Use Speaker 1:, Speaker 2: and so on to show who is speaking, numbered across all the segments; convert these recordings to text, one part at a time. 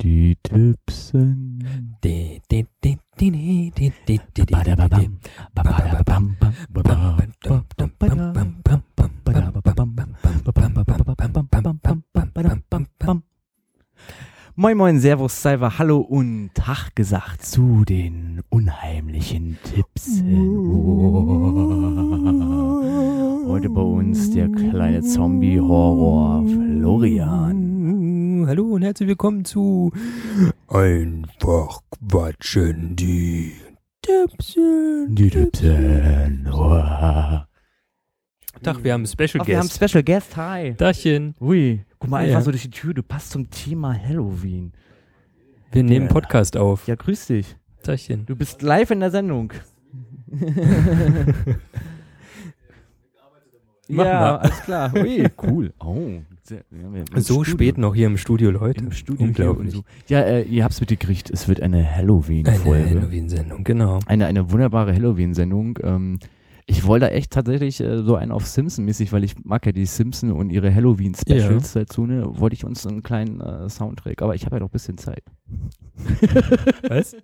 Speaker 1: Die Tippsen.
Speaker 2: Di- di- di- di- di- di- di- di- di-
Speaker 1: Badababam, babadababam, bababam, bababam, babadababam, bababam, babadababam.
Speaker 2: Moin Moin, Servus, Salva, Hallo und Tag gesagt.
Speaker 1: Zu den unheimlichen Tippsen. Heute bei uns der kleine Zombie-Horror Florian.
Speaker 2: Hallo und herzlich willkommen zu
Speaker 3: Einfach quatschen die
Speaker 2: Tipsen.
Speaker 1: Die Tippsen. Uah.
Speaker 2: Tag, wir haben einen Special
Speaker 1: Ach, wir haben
Speaker 2: Guest.
Speaker 1: Special Guest. Hi.
Speaker 2: Dachchen.
Speaker 1: Ui, guck mal einfach
Speaker 2: Ja.
Speaker 1: so durch die Tür. Du passt zum Thema Halloween.
Speaker 2: Wir nehmen
Speaker 1: Ja.
Speaker 2: Podcast auf.
Speaker 1: Ja, grüß dich.
Speaker 2: Dachchen.
Speaker 1: Du bist live in der Sendung.
Speaker 2: Mach
Speaker 1: ja,
Speaker 2: mal.
Speaker 1: alles klar. Ui, cool. Oh, sehr, ja, wir- im
Speaker 2: So
Speaker 1: Studio.
Speaker 2: spät noch hier im Studio, Leute.
Speaker 1: Im Studio.
Speaker 2: Unglaublich.
Speaker 1: Hier und so. Ja, äh, ihr habt's mitgekriegt. Es wird eine
Speaker 2: Eine
Speaker 1: Halloween-Folge.
Speaker 2: Halloween-Sendung, genau.
Speaker 1: Eine, eine wunderbare Halloween-Sendung. Ähm, ich wollte echt tatsächlich äh, so einen auf Simpson-mäßig, weil ich mag ja die Simpson und ihre Halloween-Specials dazu, ne, wollte ich uns einen kleinen äh, Soundtrack, aber ich habe ja noch ein bisschen Zeit.
Speaker 2: Was?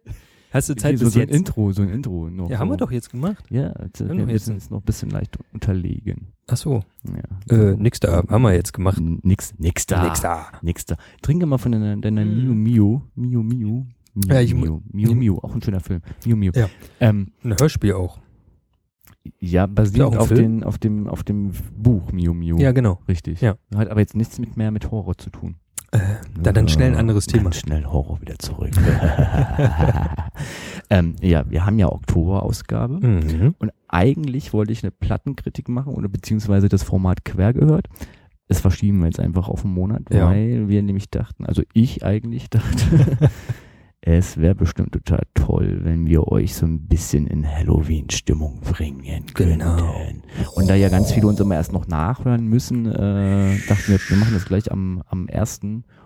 Speaker 2: Hast du Zeit
Speaker 1: Hier so,
Speaker 2: bis
Speaker 1: so ein
Speaker 2: jetzt?
Speaker 1: Intro, so ein Intro. Noch
Speaker 2: Ja,
Speaker 1: so.
Speaker 2: haben wir doch jetzt gemacht.
Speaker 1: Ja, jetzt,
Speaker 2: Haben
Speaker 1: wir
Speaker 2: wir jetzt
Speaker 1: müssen
Speaker 2: ein-
Speaker 1: jetzt noch ein bisschen leicht unterlegen.
Speaker 2: Ach so.
Speaker 1: Ja.
Speaker 2: Äh, nix da. Haben wir jetzt gemacht.
Speaker 1: N- Nix, nix da.
Speaker 3: Nix da.
Speaker 1: Nix da. Trinke mal von deiner, deiner
Speaker 2: Mhm.
Speaker 1: Mio Mio. Mio Mio. Mio,
Speaker 2: Ja, ich mu-
Speaker 1: Mio, Mio, Mio, auch ein schöner Film. Mio Mio.
Speaker 2: Ja.
Speaker 1: ähm,
Speaker 2: Ein Hörspiel auch.
Speaker 1: ja
Speaker 2: auch
Speaker 1: basierend
Speaker 2: ein
Speaker 1: auf,
Speaker 2: Film?
Speaker 1: den, auf, dem, auf dem Buch Mio Mio.
Speaker 2: Ja, genau.
Speaker 1: Richtig.
Speaker 2: Ja.
Speaker 1: Hat aber jetzt nichts mit mehr mit Horror zu tun.
Speaker 2: Äh, da dann schnell ein anderes Thema.
Speaker 1: Ganz schnell Horror wieder zurück. ähm, ja, wir haben ja Oktober-Ausgabe.
Speaker 2: Mhm.
Speaker 1: Und eigentlich wollte ich eine Plattenkritik machen oder beziehungsweise das Format quer gehört. Das verschieben wir jetzt einfach auf einen Monat,
Speaker 2: Ja.
Speaker 1: weil wir nämlich dachten, also ich eigentlich dachte, es wäre bestimmt total toll, wenn wir euch so ein bisschen in Halloween-Stimmung bringen könnten.
Speaker 2: Genau.
Speaker 1: Und da ja ganz viele uns immer erst noch nachhören müssen, äh, dachten wir, wir machen das gleich am, am 1.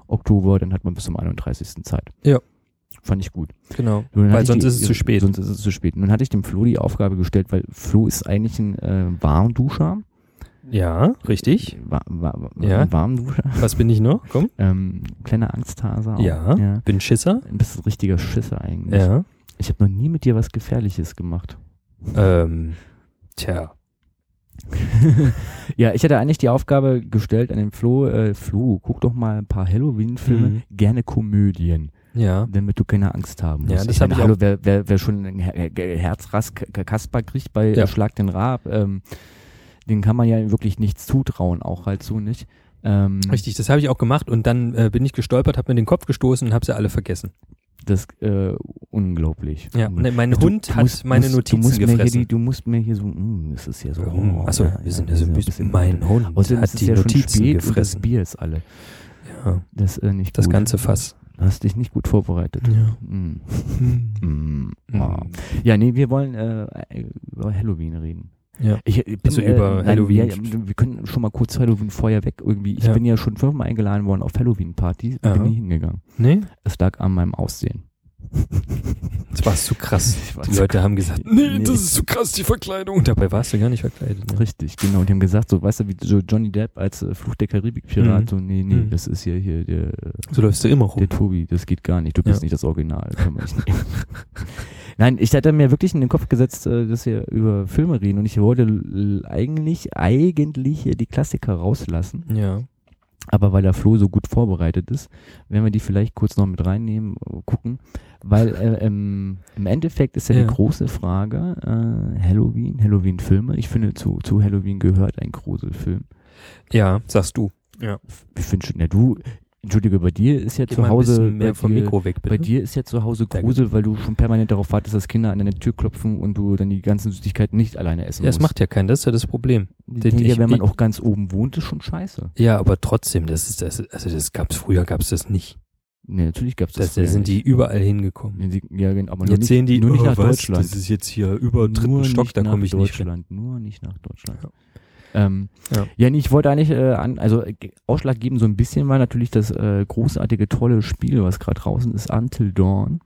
Speaker 1: Oktober, dann hat man bis zum 31. Zeit.
Speaker 2: Ja.
Speaker 1: Fand ich gut.
Speaker 2: Genau.
Speaker 1: Nun hatte
Speaker 2: Weil
Speaker 1: ich
Speaker 2: sonst
Speaker 1: die-
Speaker 2: ist es zu spät.
Speaker 1: Sonst ist es zu spät. Nun hatte ich dem Flo die Aufgabe gestellt, weil Flo ist eigentlich ein äh, Warmduscher.
Speaker 2: Ja, richtig.
Speaker 1: Wa wa wa
Speaker 2: Ja.
Speaker 1: Ein Warmduscher.
Speaker 2: Was bin ich noch? Komm.
Speaker 1: Ähm, kleiner Angsthase. Auch.
Speaker 2: Ja. Bin Schisser.
Speaker 1: Du bist ein richtiger Schisser eigentlich.
Speaker 2: Ja.
Speaker 1: Ich habe noch nie mit dir was Gefährliches gemacht.
Speaker 2: Ähm, tja.
Speaker 1: Ja, ich hatte eigentlich die Aufgabe gestellt an den Flo, äh, Flo, guck doch mal ein paar Halloween-Filme,
Speaker 2: Mhm.
Speaker 1: gerne Komödien,
Speaker 2: Ja.
Speaker 1: damit du keine Angst haben musst.
Speaker 2: Ja, das hab
Speaker 1: meine,
Speaker 2: ich auch-
Speaker 1: Hallo, wer, wer, wer schon einen Her- Her- Herzrass K- Kasper kriegt bei
Speaker 2: Ja.
Speaker 1: äh, Schlag den Raab, ähm, den kann man ja wirklich nichts zutrauen, auch halt so nicht. Ähm,
Speaker 2: Richtig, das habe ich auch gemacht und dann äh, bin ich gestolpert, habe mir den Kopf gestoßen und habe sie alle vergessen.
Speaker 1: Das äh, unglaublich.
Speaker 2: Ja,
Speaker 1: Unglaublich.
Speaker 2: und mein
Speaker 1: Du-
Speaker 2: Hund
Speaker 1: du
Speaker 2: hat
Speaker 1: musst-
Speaker 2: meine
Speaker 1: musst-
Speaker 2: Notizen
Speaker 1: du musst Mir hier
Speaker 2: gefressen.
Speaker 1: die, du musst mir hier so, mm, das ist ja so.
Speaker 2: Oh, Achso,
Speaker 1: ja,
Speaker 2: wir sind
Speaker 1: ja,
Speaker 2: ja so
Speaker 1: ein
Speaker 2: ein bisschen, mein Hund
Speaker 1: Außerdem ist es
Speaker 2: hat die
Speaker 1: ja schon
Speaker 2: Notizen
Speaker 1: spät und das
Speaker 2: gefressen.
Speaker 1: Bier ist alle.
Speaker 2: Ja,
Speaker 1: Das, äh, nicht
Speaker 2: das
Speaker 1: gut.
Speaker 2: ganze Hm. Fass.
Speaker 1: Du hast dich nicht gut vorbereitet.
Speaker 2: Ja.
Speaker 1: Mm. Mm.
Speaker 2: Hm.
Speaker 1: Ah. Ja, nee, wir wollen äh, äh, über Halloween reden.
Speaker 2: Ja.
Speaker 1: Ich, äh, bin,
Speaker 2: Also über
Speaker 1: nein,
Speaker 2: Halloween.
Speaker 1: Ja, ja, wir können schon mal kurz Halloween vorher weg irgendwie. Ich
Speaker 2: Ja.
Speaker 1: bin ja schon fünfmal eingeladen worden auf Halloween-Partys,
Speaker 2: Aha.
Speaker 1: bin nie hingegangen.
Speaker 2: Nee,
Speaker 1: Es lag an meinem Aussehen.
Speaker 2: das war zu krass.
Speaker 1: Ich war
Speaker 2: Die
Speaker 1: zu
Speaker 2: Leute haben gesagt,
Speaker 1: Nee,
Speaker 2: nee,
Speaker 1: ich-
Speaker 2: das ist zu krass, die Verkleidung. Und dabei warst du gar nicht verkleidet. Ne?
Speaker 1: Richtig, genau. Und die haben gesagt, so, weißt du, wie so Johnny Depp als äh, Fluch der Karibik-Pirat,
Speaker 2: Mhm.
Speaker 1: so, nee, nee,
Speaker 2: Mhm.
Speaker 1: das ist ja hier der,
Speaker 2: So läufst du immer rum.
Speaker 1: der Tobi, das geht gar nicht, du bist
Speaker 2: Oh, Ja.
Speaker 1: nicht das Original. Kann man nicht nehmen. Nein, ich hatte mir wirklich in den Kopf gesetzt, äh, dass wir über Filme reden und ich wollte l- eigentlich, eigentlich hier die Klassiker rauslassen,
Speaker 2: Ja.
Speaker 1: aber weil der Flo so gut vorbereitet ist, werden wir die vielleicht kurz noch mit reinnehmen, äh, gucken, weil äh, ähm, im Endeffekt ist ja,
Speaker 2: Ja.
Speaker 1: die große Frage, äh, Halloween, Halloween-Filme, ich finde zu, zu Halloween gehört ein Gruselfilm.
Speaker 2: Ja, sagst du.
Speaker 1: Ich finde schon, ja, du, entschuldige, bei dir ist ja
Speaker 2: Geh
Speaker 1: zu
Speaker 2: mal ein
Speaker 1: Hause.
Speaker 2: bisschen mehr
Speaker 1: bei
Speaker 2: vom
Speaker 1: dir,
Speaker 2: Mikro weg, bitte.
Speaker 1: Bei dir ist ja zu Hause
Speaker 2: Danke.
Speaker 1: Grusel, weil du schon permanent darauf wartest, dass Kinder an deine Tür klopfen und du dann die ganzen Süßigkeiten nicht alleine essen
Speaker 2: ja, das
Speaker 1: musst.
Speaker 2: macht ja keinen, das ist ja das Problem.
Speaker 1: ja,
Speaker 2: ich-
Speaker 1: wenn man
Speaker 2: ich-
Speaker 1: auch ganz oben wohnt, ist schon scheiße.
Speaker 2: Ja, aber trotzdem, das ist das, also das gab's früher, gab's das nicht.
Speaker 1: Nee, natürlich gab's das.
Speaker 2: Das, da
Speaker 1: früher
Speaker 2: sind die
Speaker 1: nicht.
Speaker 2: überall hingekommen.
Speaker 1: Nee, die- Ja, genau, aber nur
Speaker 2: Jetzt
Speaker 1: nicht,
Speaker 2: sehen die,
Speaker 1: nur nicht
Speaker 2: oh,
Speaker 1: nach
Speaker 2: was,
Speaker 1: Deutschland.
Speaker 2: das ist jetzt hier über dritten
Speaker 1: Nur
Speaker 2: Stock,
Speaker 1: nicht
Speaker 2: da
Speaker 1: nach
Speaker 2: komme ich nicht rein.
Speaker 1: Deutschland, Nur nicht nach Deutschland.
Speaker 2: Ja.
Speaker 1: Ähm, ja.
Speaker 2: Ja.
Speaker 1: nee, ich wollte eigentlich äh, an, also äh, ge- ausschlaggebend so ein bisschen war natürlich das äh, großartige, tolle Spiel, was gerade draußen ist, Until Dawn.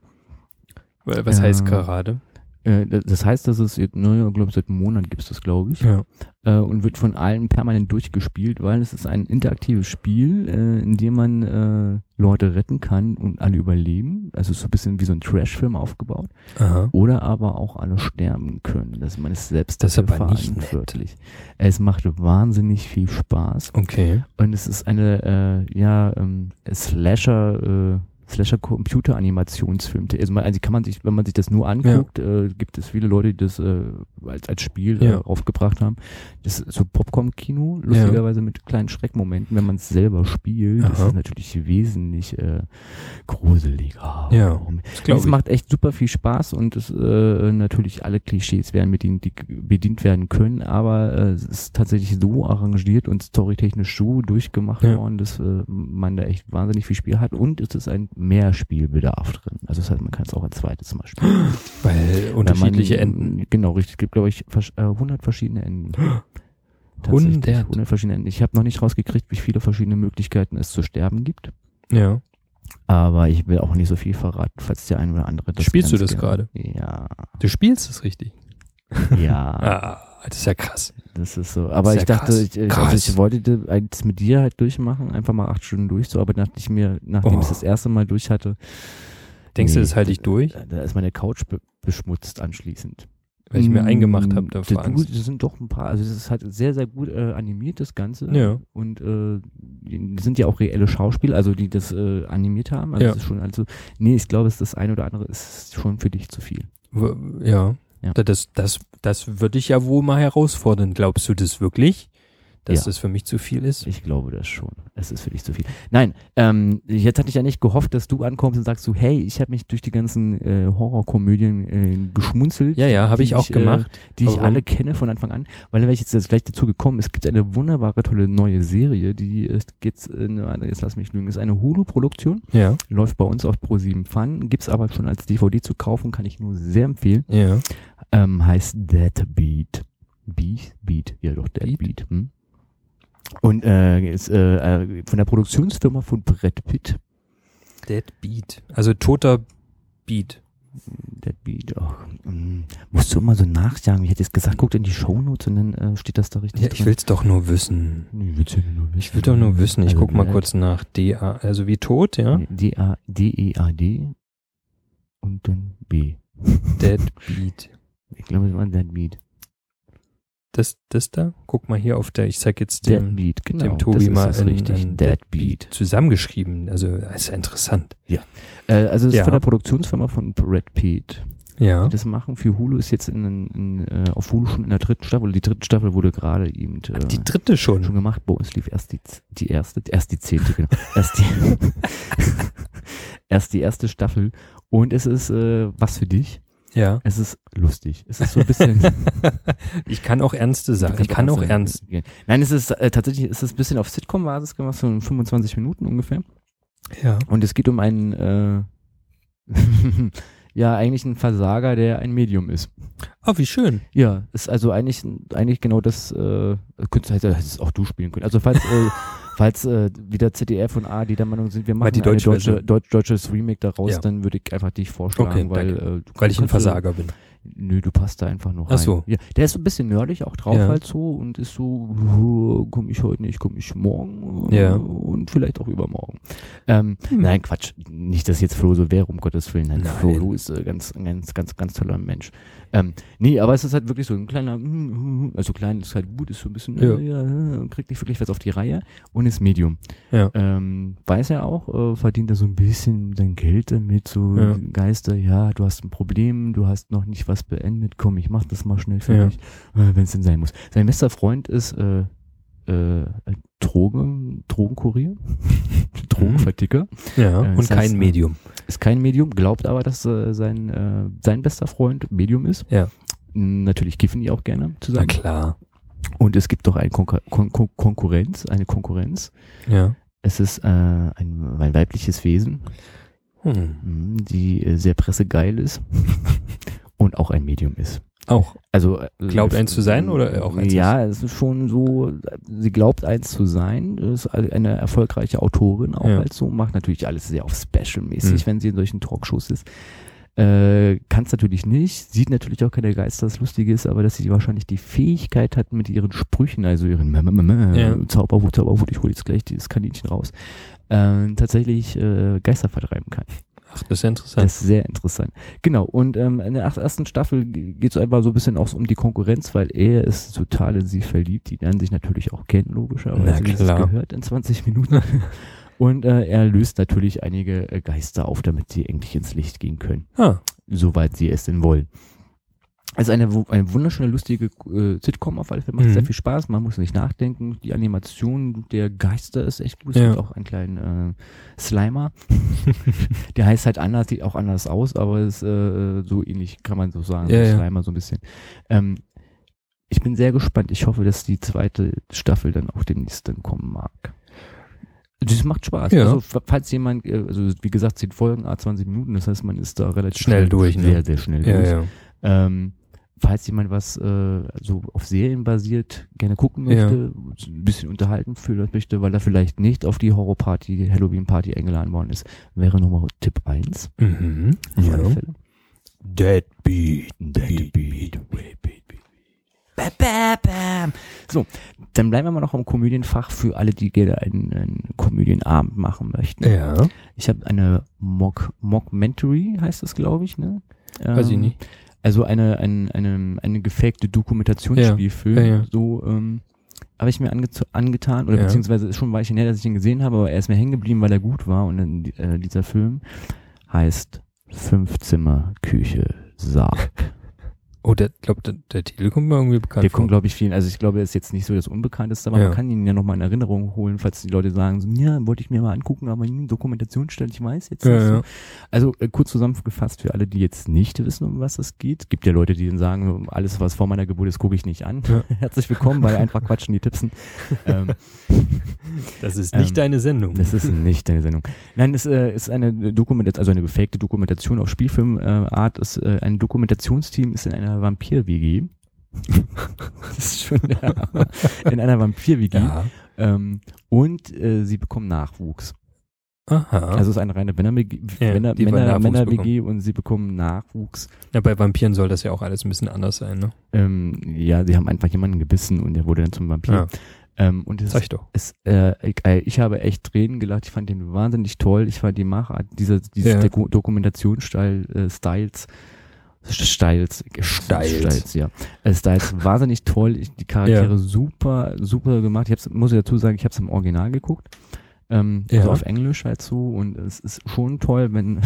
Speaker 2: Weil, Was
Speaker 1: Ja.
Speaker 2: heißt gerade?
Speaker 1: Äh, d- das heißt, dass es, jetzt, ne, ich glaube, seit einem Monat gibt es das, glaube ich.
Speaker 2: Ja.
Speaker 1: äh, und wird von allen permanent durchgespielt, weil es ist ein interaktives Spiel, äh, in dem man äh, Leute retten kann und alle überleben. Also so ein bisschen wie so ein Trash-Film aufgebaut.
Speaker 2: Aha.
Speaker 1: Oder aber auch alle sterben können, dass man es selbst
Speaker 2: Das ist
Speaker 1: dafür
Speaker 2: aber nicht nett.
Speaker 1: verantwortlich. Es macht wahnsinnig viel Spaß
Speaker 2: Okay.
Speaker 1: und es ist eine äh, ja ähm, Slasher äh, Slasher Computer Animationsfilm. Also, man, also kann man sich, wenn man sich das nur anguckt, äh, gibt es viele Leute, die das äh, als, als Spiel äh,
Speaker 2: Ja.
Speaker 1: aufgebracht haben. Das ist so Popcorn Kino, lustigerweise mit kleinen Schreckmomenten, wenn man es selber spielt, ist
Speaker 2: Aha.
Speaker 1: es natürlich wesentlich äh, gruseliger.
Speaker 2: Ja.
Speaker 1: Das es macht echt super viel Spaß und es äh, natürlich alle Klischees werden bedient, die k- bedient werden können, aber äh, es ist tatsächlich so arrangiert und storytechnisch so durchgemacht
Speaker 2: Ja.
Speaker 1: worden, dass äh, man da echt wahnsinnig viel Spiel hat und es ist ein Mehrspielbedarf drin. Also das heißt, man kann es auch ein zweites Mal spielen.
Speaker 2: Weil
Speaker 1: Wenn
Speaker 2: unterschiedliche
Speaker 1: man,
Speaker 2: Enden.
Speaker 1: Genau, richtig. Es gibt, glaube ich, versch- äh, 100 verschiedene Enden.
Speaker 2: 100.
Speaker 1: Tatsächlich, 100 verschiedene Enden. Ich habe noch nicht rausgekriegt, wie viele verschiedene Möglichkeiten es zu sterben gibt.
Speaker 2: Ja.
Speaker 1: Aber ich will auch nicht so viel verraten, falls der ein oder andere das
Speaker 2: Spielst du
Speaker 1: ganz
Speaker 2: das
Speaker 1: gerne- Ja,
Speaker 2: Du spielst es richtig.
Speaker 1: ja,
Speaker 2: Ah, das ist ja krass.
Speaker 1: das ist so. Aber
Speaker 2: Sehr
Speaker 1: ich dachte,
Speaker 2: krass.
Speaker 1: ich, äh,
Speaker 2: Krass.
Speaker 1: also ich wollte d- eins mit dir halt durchmachen, einfach mal acht Stunden durch, so, aber dachte ich mir, nachdem
Speaker 2: Oh.
Speaker 1: ich das erste Mal durch hatte,
Speaker 2: Denkst du,
Speaker 1: Nee.
Speaker 2: das halte ich durch?
Speaker 1: da da ist meine Couch be beschmutzt anschließend.
Speaker 2: Weil ich mir
Speaker 1: Mm,
Speaker 2: eingemacht habe, da
Speaker 1: du,
Speaker 2: vor Angst.
Speaker 1: Das sind doch ein paar, also es ist halt sehr, sehr gut äh, animiert, das Ganze.
Speaker 2: Ja.
Speaker 1: Und äh, die sind ja auch reelle Schauspieler, also die das äh, animiert haben. Also
Speaker 2: Ja.
Speaker 1: das ist schon, also, nee, ich glaube, es ist das eine oder andere ist schon für dich zu viel.
Speaker 2: W- Ja.
Speaker 1: Ja.
Speaker 2: Da- Das, das, das würde ich ja wohl mal herausfordern. Glaubst du das wirklich? Dass
Speaker 1: Ja.
Speaker 2: das für mich zu viel ist?
Speaker 1: Ich glaube das schon. Es ist für dich zu viel. Nein, ähm, jetzt hatte ich ja nicht gehofft, dass du ankommst und sagst so, hey, ich habe mich durch die ganzen äh, Horrorkomödien äh, geschmunzelt.
Speaker 2: Ja, ja, habe ich
Speaker 1: die
Speaker 2: auch
Speaker 1: äh,
Speaker 2: gemacht.
Speaker 1: die ich
Speaker 2: Warum?
Speaker 1: alle kenne von Anfang an, weil da wäre ich jetzt, jetzt gleich dazu gekommen. Es gibt eine wunderbare, tolle neue Serie, die äh, ist jetzt, in, jetzt lass mich lügen, ist eine Hulu-Produktion,
Speaker 2: Ja.
Speaker 1: läuft bei uns auf Pro7 Fun, gibt's aber schon als DVD zu kaufen, kann ich nur sehr empfehlen.
Speaker 2: Ja.
Speaker 1: Ähm, heißt Deadbeat. Beat, Beat, ja doch, Deadbeat. Hm? Und äh, ist äh, äh, von der Produktionsfirma von Brett Pitt.
Speaker 2: Dead Beat. Also toter Beat.
Speaker 1: Deadbeat, ach, mm, musst du immer so nachjagen. Ich hätte jetzt gesagt, guckt in die Shownotes und dann äh, steht das da richtig
Speaker 2: Ja,
Speaker 1: drin.
Speaker 2: ich will's doch nur wissen.
Speaker 1: Nee, willst du nur wissen.
Speaker 2: Ich will doch nur wissen. Ich
Speaker 1: Also
Speaker 2: guck mal
Speaker 1: Dead-
Speaker 2: kurz nach. DA, also wie tot, ja?
Speaker 1: Nee, D-A- D-E-A-D E und dann B.
Speaker 2: Dead Beat.
Speaker 1: Ich glaube, das war Deadbeat.
Speaker 2: Das, das da? Guck mal hier auf der, ich zeig jetzt dem,
Speaker 1: Deadbeat, genau.
Speaker 2: dem Tobi
Speaker 1: das ist
Speaker 2: mal
Speaker 1: das
Speaker 2: ein-
Speaker 1: richtig.
Speaker 2: ein
Speaker 1: Deadbeat.
Speaker 2: zusammengeschrieben. Also, das ist ja interessant.
Speaker 1: Äh, also, es
Speaker 2: Ja.
Speaker 1: ist von der Produktionsfirma von Brad Pitt.
Speaker 2: Ja.
Speaker 1: Die das machen für Hulu ist jetzt in, in, äh, auf Hulu schon in der dritten Staffel. Die dritte Staffel wurde gerade eben äh,
Speaker 2: Die dritte
Speaker 1: schon
Speaker 2: schon.
Speaker 1: gemacht. Bei uns lief erst die, z- die erste, erst die zehnte, genau. Erst die, erst die erste Staffel. Und es ist äh, was für dich.
Speaker 2: Ja.
Speaker 1: Es ist lustig. Es ist so ein bisschen.
Speaker 2: Ich kann auch ernste Sachen. Ich kann auch ernst.
Speaker 1: gehen. Nein, es ist äh, tatsächlich, es ist ein bisschen auf Sitcom-Basis gemacht, so in 25 Minuten ungefähr.
Speaker 2: Ja.
Speaker 1: Und es geht um einen, äh, ja, eigentlich einen Versager, der ein Medium ist.
Speaker 2: Oh, wie schön.
Speaker 1: Ja, ist also eigentlich, eigentlich genau das, äh, könntest, hättest- hättest auch du spielen können. Also falls, äh, falls äh, wieder ZDF und ARD der Meinung sind, wir
Speaker 2: Mal
Speaker 1: machen
Speaker 2: die
Speaker 1: ein
Speaker 2: deutsche
Speaker 1: deutsche,
Speaker 2: Version.
Speaker 1: deutsch, deutsches Remake daraus,
Speaker 2: Ja.
Speaker 1: dann würde ich einfach dich vorschlagen,
Speaker 2: Okay,
Speaker 1: weil, äh,
Speaker 2: danke.
Speaker 1: du
Speaker 2: Weil ich
Speaker 1: kannst
Speaker 2: ein
Speaker 1: du-
Speaker 2: Versager bin.
Speaker 1: Nö, du passt da einfach noch
Speaker 2: Ach
Speaker 1: rein.
Speaker 2: so.
Speaker 1: Ja, der ist so ein bisschen nerdig auch drauf
Speaker 2: Ja.
Speaker 1: halt so und ist so, "Huh, komm ich heute nicht, komm ich morgen äh,
Speaker 2: Ja. Hm.
Speaker 1: und vielleicht auch übermorgen. Ähm, Nein, Quatsch. Nicht, dass jetzt Flo so wäre, um Gottes Willen. Nein,
Speaker 2: Nein.
Speaker 1: Flo Lu ist äh, ganz, ein ganz, ganz, ganz toller Mensch. Ähm, nee, aber es ist halt wirklich so ein kleiner, mm, mm, also klein ist halt gut, ist so ein bisschen,
Speaker 2: Ja.
Speaker 1: äh, ja. äh, kriegt nicht wirklich was auf die Reihe und ist Medium.
Speaker 2: Ja.
Speaker 1: Ähm, weiß er auch, äh, verdient er so ein bisschen sein Geld damit, so
Speaker 2: Ja.
Speaker 1: Geister, ja, du hast ein Problem, du hast noch nicht was beendet, komm, ich mach das mal schnell für
Speaker 2: Ja.
Speaker 1: dich, äh, wenn es denn sein muss. Sein bester Freund ist äh, äh, Drogen, Drogenkurier, Drogenverticker.
Speaker 2: Ja.
Speaker 1: Äh,
Speaker 2: Und
Speaker 1: das heißt,
Speaker 2: kein Medium.
Speaker 1: Ist kein Medium, glaubt aber, dass äh, sein, äh, sein bester Freund Medium ist.
Speaker 2: Ja.
Speaker 1: M, Natürlich kiffen die auch gerne
Speaker 2: Na
Speaker 1: zusammen.
Speaker 2: klar.
Speaker 1: Und es gibt doch eine Konkur Kon Kon Konkurrenz, eine Konkurrenz.
Speaker 2: Ja.
Speaker 1: Es ist äh, ein, ein weibliches Wesen,
Speaker 2: Hm.
Speaker 1: m, die äh, sehr pressegeil ist und auch ein Medium ist.
Speaker 2: Auch.
Speaker 1: Also äh,
Speaker 2: Glaubt eins zu sein oder auch eins
Speaker 1: Ja, es ist schon so, sie glaubt eins zu sein, ist eine erfolgreiche Autorin auch
Speaker 2: Ja.
Speaker 1: halt so, macht natürlich alles sehr auf Special-mäßig,
Speaker 2: Mhm.
Speaker 1: wenn sie in solchen Talkshows ist. Äh, Kann es natürlich nicht, sieht natürlich auch keine Geister. Das Lustige ist aber, dass sie wahrscheinlich die Fähigkeit hatten mit ihren Sprüchen, also ihren Mä, Mä, Mä, Mä,
Speaker 2: Ja.
Speaker 1: Zauberwut, Zauberwut, ich hole jetzt gleich dieses Kaninchen raus, äh, tatsächlich äh, Geister vertreiben kann.
Speaker 2: Ach, das ist ja interessant.
Speaker 1: Das ist sehr interessant. Genau, und ähm, in der ach- ersten Staffel geht es einfach so ein bisschen auch so um die Konkurrenz, weil er ist total in sie verliebt. Die lernen sich natürlich auch kennen,
Speaker 2: Na
Speaker 1: logischerweise. wie sich's
Speaker 2: klar.
Speaker 1: gehört in 20 Minuten. Und äh, er löst natürlich einige äh, Geister auf, damit sie endlich ins Licht gehen können,
Speaker 2: ah,
Speaker 1: soweit sie es denn wollen. Also eine, wu- eine wunderschöne, lustige äh, Sitcom auf alle Fälle. Macht
Speaker 2: Mhm.
Speaker 1: sehr viel Spaß, man muss nicht nachdenken. Die Animation der Geister ist echt gut.
Speaker 2: Ja.
Speaker 1: Es gibt auch einen kleinen äh, Slimer. der heißt halt anders, sieht auch anders aus, aber ist äh, so ähnlich, kann man so sagen.
Speaker 2: Ja,
Speaker 1: so
Speaker 2: ja.
Speaker 1: Slimer so ein bisschen. Ähm, ich bin sehr gespannt. Ich hoffe, dass die zweite Staffel dann auch demnächst dann kommen mag. Das macht Spaß.
Speaker 2: Ja.
Speaker 1: Also, fa- falls jemand, äh, also wie gesagt, 10 Folgen, ah, 20 Minuten, das heißt, man ist da relativ
Speaker 2: Schnell durch, ne?
Speaker 1: Sehr, sehr schnell
Speaker 2: ja,
Speaker 1: durch.
Speaker 2: ja.
Speaker 1: Ähm, falls jemand was äh, so auf Serien basiert gerne gucken möchte, ein bisschen unterhalten fühlen möchte, weil er vielleicht nicht auf die Horrorparty, Halloween-Party eingeladen worden ist, wäre nochmal Tipp 1.
Speaker 2: Mhm.
Speaker 1: auf alle Fälle.
Speaker 2: Deadbeat.
Speaker 1: Bam, bam, bam. So, dann bleiben wir mal noch im Komödienfach für alle, die gerne einen, einen Komödienabend machen möchten.
Speaker 2: Ja,
Speaker 1: Ich habe eine Mock, Mockmentary, heißt das, glaube ich, ne?
Speaker 2: weiß ich
Speaker 1: Ähm,
Speaker 2: nicht.
Speaker 1: Also eine, eine, eine, eine gefakte Dokumentationsspielfilm,
Speaker 2: Ja, ja, ja.
Speaker 1: so ähm, habe ich mir ange angetan, oder
Speaker 2: Ja.
Speaker 1: beziehungsweise ist schon ein Weilchen her, dass ich ihn gesehen habe, aber er ist mir hängen geblieben, weil er gut war und dann, äh, dieser Film heißt Fünfzimmer Küche Sarg.
Speaker 2: Oh, der, glaub, der, der Titel kommt mir irgendwie bekannt
Speaker 1: Der
Speaker 2: vor.
Speaker 1: kommt, glaube ich, vielen, also ich glaube, er ist jetzt nicht so das Unbekannteste, aber
Speaker 2: Ja.
Speaker 1: man kann ihn ja nochmal in Erinnerung holen, falls die Leute sagen, so, ja, wollte ich mir mal angucken, aber in Dokumentationsstelle, ich weiß jetzt nicht so.
Speaker 2: ja, ja.
Speaker 1: Also äh, kurz zusammengefasst für alle, die jetzt nicht wissen, um was es geht. Gibt ja Leute, die dann sagen, alles, was vor meiner Geburt ist, gucke ich nicht an.
Speaker 2: Ja.
Speaker 1: Herzlich willkommen bei einfach quatschen, die Tippsen. ähm,
Speaker 2: Das ist
Speaker 1: Ähm,
Speaker 2: nicht deine Sendung.
Speaker 1: das ist nicht deine Sendung. Nein, es äh, ist eine Dokumentation, also eine gefakte Dokumentation auf Spielfilmart. Äh, Art. ist äh, ein Dokumentationsteam ist in einer Vampir-WG. das ist schon der Hammer. in einer Vampir-WG.
Speaker 2: ja.
Speaker 1: Ähm, und äh, sie bekommen Nachwuchs.
Speaker 2: Aha.
Speaker 1: Also es ist eine reine Männer-WG
Speaker 2: Ja,
Speaker 1: Männer,
Speaker 2: die wollen
Speaker 1: Männer,
Speaker 2: Nachwuchs
Speaker 1: Männer-WG und sie bekommen Nachwuchs.
Speaker 2: ja, bei Vampiren soll das ja auch alles ein bisschen anders sein, ne?
Speaker 1: Ähm, ja, sie haben einfach jemanden gebissen und der wurde dann zum Vampir.
Speaker 2: Ja.
Speaker 1: Ähm, und es,
Speaker 2: Sag ich doch.
Speaker 1: es, äh, ich, äh, ich habe echt Tränen gelacht. Ich fand den wahnsinnig toll. Ich fand die Machart dieser dieses
Speaker 2: Ja.
Speaker 1: Doku- Dokumentationsstyle äh, Styles. Styles, äh,
Speaker 2: Styles.
Speaker 1: Styles, ja. Äh, Styles wahnsinnig toll. Ich, die Charaktere super, super gemacht. Ich hab's, muss ich dazu sagen, ich habe es im Original geguckt. Ähm,
Speaker 2: Ja.
Speaker 1: Also auf Englisch halt so. Und es ist schon toll, wenn,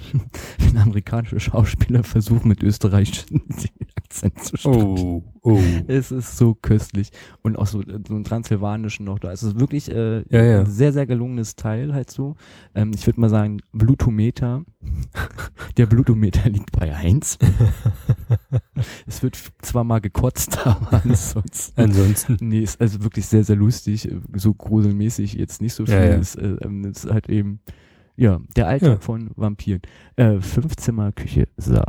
Speaker 1: wenn amerikanische Schauspieler versuchen, mit österreichischen Akzent zu sprechen.
Speaker 2: Oh, oh.
Speaker 1: Es ist so köstlich. Und auch so, so einen transsilvanischen noch da. Es ist wirklich äh,
Speaker 2: Ja, ja.
Speaker 1: ein sehr, sehr gelungenes Teil halt so. Ähm, ich würde mal sagen, Blutometer. Der Blutometer liegt bei 1. es wird zwar mal gekotzt, aber ansonsten.
Speaker 2: Ansonsten.
Speaker 1: Nee, ist also wirklich sehr, sehr lustig. äh, So gruselmäßig jetzt nicht so viel.
Speaker 2: Ja, ja.
Speaker 1: Ist, äh, ähm, ist halt eben, ja, der Alltag
Speaker 2: Ja.
Speaker 1: von Vampiren. Äh, Fünfzimmer Küche Sarg.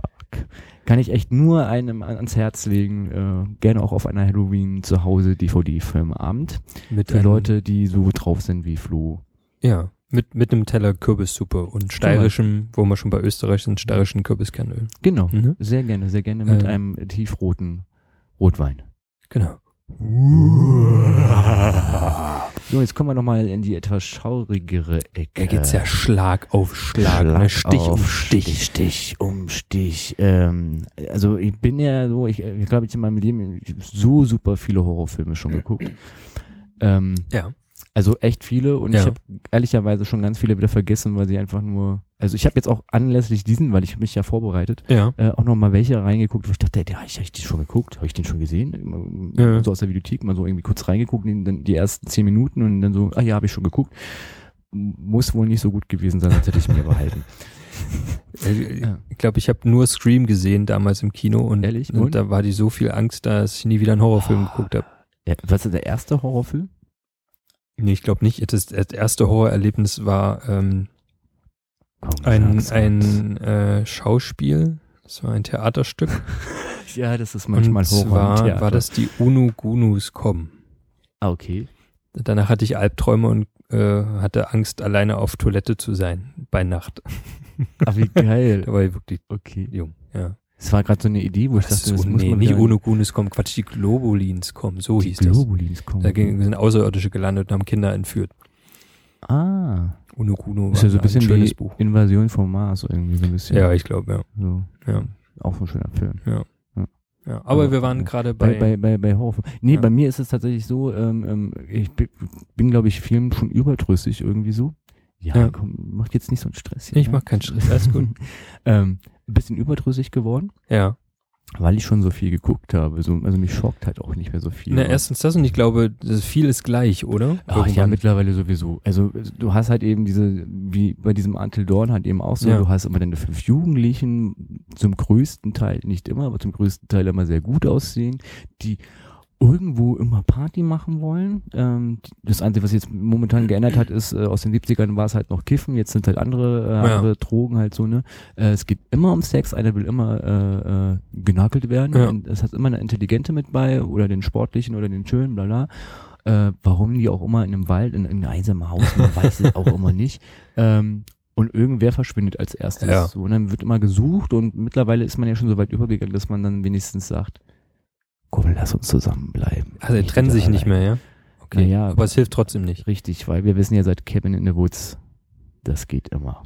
Speaker 1: Kann ich echt nur einem an- ans Herz legen. Äh, gerne auch auf einer Halloween zu Hause DVD-Filmabend.
Speaker 2: Mit
Speaker 1: Für
Speaker 2: einem-
Speaker 1: Leute, die so drauf sind wie Flo.
Speaker 2: Ja, mit, mit einem Teller Kürbissuppe und steirischem, wo wir schon bei Österreich sind, steirischen Kürbiskernöl.
Speaker 1: Genau.
Speaker 2: Mhm.
Speaker 1: Sehr gerne, sehr gerne mit
Speaker 2: Äh.
Speaker 1: einem tiefroten Rotwein.
Speaker 2: Genau. Uh.
Speaker 1: So, jetzt kommen wir nochmal in die etwas schaurigere Ecke.
Speaker 2: Da geht's ja Schlag auf Schlag, ne? Stich
Speaker 1: auf
Speaker 2: um Stich.
Speaker 1: Stich, Stich um Stich. Ähm, also ich bin ja so, ich, ich glaube, ich in meinem Leben so super viele Horrorfilme schon geguckt. Ähm,
Speaker 2: Ja.
Speaker 1: Also echt viele und
Speaker 2: Ja.
Speaker 1: ich habe ehrlicherweise schon ganz viele wieder vergessen, weil sie einfach nur, also ich habe jetzt auch anlässlich diesen, weil ich hab mich ja vorbereitet,
Speaker 2: Ja.
Speaker 1: äh, auch nochmal welche reingeguckt, wo ich dachte, der, ich, hab ich den schon geguckt, habe ich den schon gesehen?
Speaker 2: Ja.
Speaker 1: So aus der Videothek mal so irgendwie kurz reingeguckt, in den- die ersten zehn Minuten und dann so, ah ja, habe ich schon geguckt. Muss wohl nicht so gut gewesen sein, als hätte ich mir behalten. Ja.
Speaker 2: Ich glaube, ich habe nur Scream gesehen damals im Kino und,
Speaker 1: Ehrlich?
Speaker 2: und,
Speaker 1: Und? Ah.
Speaker 2: da war die so viel Angst, dass ich nie wieder einen Horrorfilm geguckt habe.
Speaker 1: Ja, was ist der erste Horrorfilm?
Speaker 2: Nee, ich glaube nicht. Das, das erste Horrorerlebnis war ähm,
Speaker 1: Komm,
Speaker 2: ein,
Speaker 1: sag's uns.
Speaker 2: ein äh, Schauspiel. Das war ein Theaterstück.
Speaker 1: ja, das ist manchmal
Speaker 2: und
Speaker 1: Horror. im
Speaker 2: zwar
Speaker 1: Theater.
Speaker 2: war das die Unu Gunus kommen.
Speaker 1: Ah, okay.
Speaker 2: Danach hatte ich Albträume und äh, hatte Angst, alleine auf Toilette zu sein. bei Nacht.
Speaker 1: Ach, wie geil.
Speaker 2: Da war ich wirklich
Speaker 1: Okay.
Speaker 2: jung. Ja.
Speaker 1: Es war gerade so eine Idee, wo ich dachte, das
Speaker 2: un-
Speaker 1: muss
Speaker 2: nee,
Speaker 1: man
Speaker 2: nicht
Speaker 1: wieder-
Speaker 2: ohne Gunis kommen, Quatsch, die Globulins kommen, so
Speaker 1: die
Speaker 2: hieß das.
Speaker 1: Globulins kommen.
Speaker 2: Da ging, sind Außerirdische gelandet und haben Kinder entführt.
Speaker 1: ah.
Speaker 2: Uno Guno
Speaker 1: Ist ja so ein bisschen
Speaker 2: schönes
Speaker 1: wie
Speaker 2: Buch.
Speaker 1: Invasion vom Mars irgendwie so ein bisschen.
Speaker 2: Ja, ich glaube, ja.
Speaker 1: So.
Speaker 2: Ja.
Speaker 1: Auch so ein schöner Film.
Speaker 2: ja. Aber
Speaker 1: Aber-
Speaker 2: wir waren gerade
Speaker 1: Bei, bei,
Speaker 2: bei,
Speaker 1: bei, bei Haufen. Nee,
Speaker 2: Ja.
Speaker 1: bei mir ist es tatsächlich so, ähm, ähm, ich bi- bin, glaube ich, Filmen schon überdrüssig irgendwie so. Ja,
Speaker 2: Ja.
Speaker 1: komm, macht jetzt nicht so einen Stress hier.
Speaker 2: Ich
Speaker 1: ne?
Speaker 2: mach keinen Stress, alles gut.
Speaker 1: ähm, ein bisschen überdrüssig geworden,
Speaker 2: Ja.
Speaker 1: weil ich schon so viel geguckt habe. So, also mich schockt halt auch nicht mehr so viel.
Speaker 2: Na,
Speaker 1: Aber-
Speaker 2: erstens das und ich glaube, das viel ist gleich, oder?
Speaker 1: Ach Ah, ja,
Speaker 2: Irgendwann.
Speaker 1: mittlerweile sowieso. Also du hast halt eben diese, wie bei diesem Until Dawn halt eben auch so,
Speaker 2: Ja.
Speaker 1: du hast immer deine fünf Jugendlichen, zum größten Teil, nicht immer, aber zum größten Teil immer sehr gut aussehen, die irgendwo immer Party machen wollen. Ähm, das Einzige, was sich jetzt momentan geändert hat, ist, äh, aus den 70ern war es halt noch Kiffen, jetzt sind halt andere, äh,
Speaker 2: Ja.
Speaker 1: andere Drogen halt so, ne? Äh, es geht immer um Sex, einer will immer äh, äh, genagelt werden.
Speaker 2: Ja.
Speaker 1: Und es hat immer eine Intelligente mit bei oder den Sportlichen oder den Schönen, bla bla äh, warum die auch immer in einem Wald, in einem einsamen Haus, man weiß es auch immer nicht. Ähm, und irgendwer verschwindet als erstes.
Speaker 2: Ja.
Speaker 1: So, und dann wird immer gesucht und mittlerweile ist man ja schon so weit übergegangen, dass man dann wenigstens sagt, komm, lass uns zusammenbleiben.
Speaker 2: Also die trennen sich nicht mehr, ja? Okay.
Speaker 1: Naja.
Speaker 2: Aber es hilft trotzdem nicht.
Speaker 1: Richtig, weil wir wissen ja seit Cabin in the Woods, das geht immer.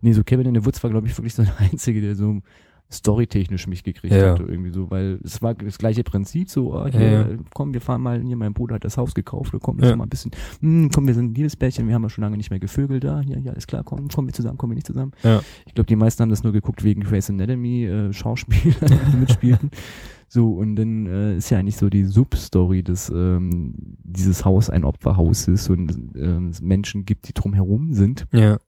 Speaker 1: nee, so Cabin in the Woods war, glaube ich, wirklich so der Einzige, der so storytechnisch mich gekriegt
Speaker 2: Ja.
Speaker 1: hatte irgendwie so, weil es war das gleiche Prinzip, so, ah, hier,
Speaker 2: Ja, ja.
Speaker 1: komm, wir fahren mal, hier, mein Bruder hat das Haus gekauft, komm, lass
Speaker 2: Ja.
Speaker 1: mal ein bisschen, hm, komm, wir sind ein Liebespärchen, wir haben ja schon lange nicht mehr gevögelt, da, ja, ja, alles klar, komm, kommen wir zusammen, kommen wir nicht zusammen.
Speaker 2: Ja.
Speaker 1: Ich glaube, die meisten haben das nur geguckt wegen Grey's Anatomy, äh, Schauspieler, die mitspielten. So, und dann äh, ist ja eigentlich so die Substory, dass ähm, dieses Haus ein Opferhaus ist und ähm, es Menschen gibt, die drumherum sind.
Speaker 2: Ja.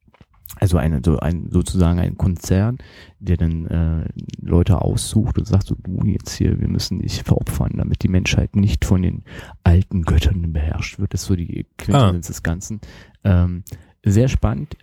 Speaker 1: Also eine, so ein, sozusagen ein Konzern, der dann äh, Leute aussucht und sagt so, du jetzt hier, wir müssen dich veropfern, damit die Menschheit nicht von den alten Göttern beherrscht wird. Das ist so die Quintessenz des Ganzen. Ähm, sehr spannend.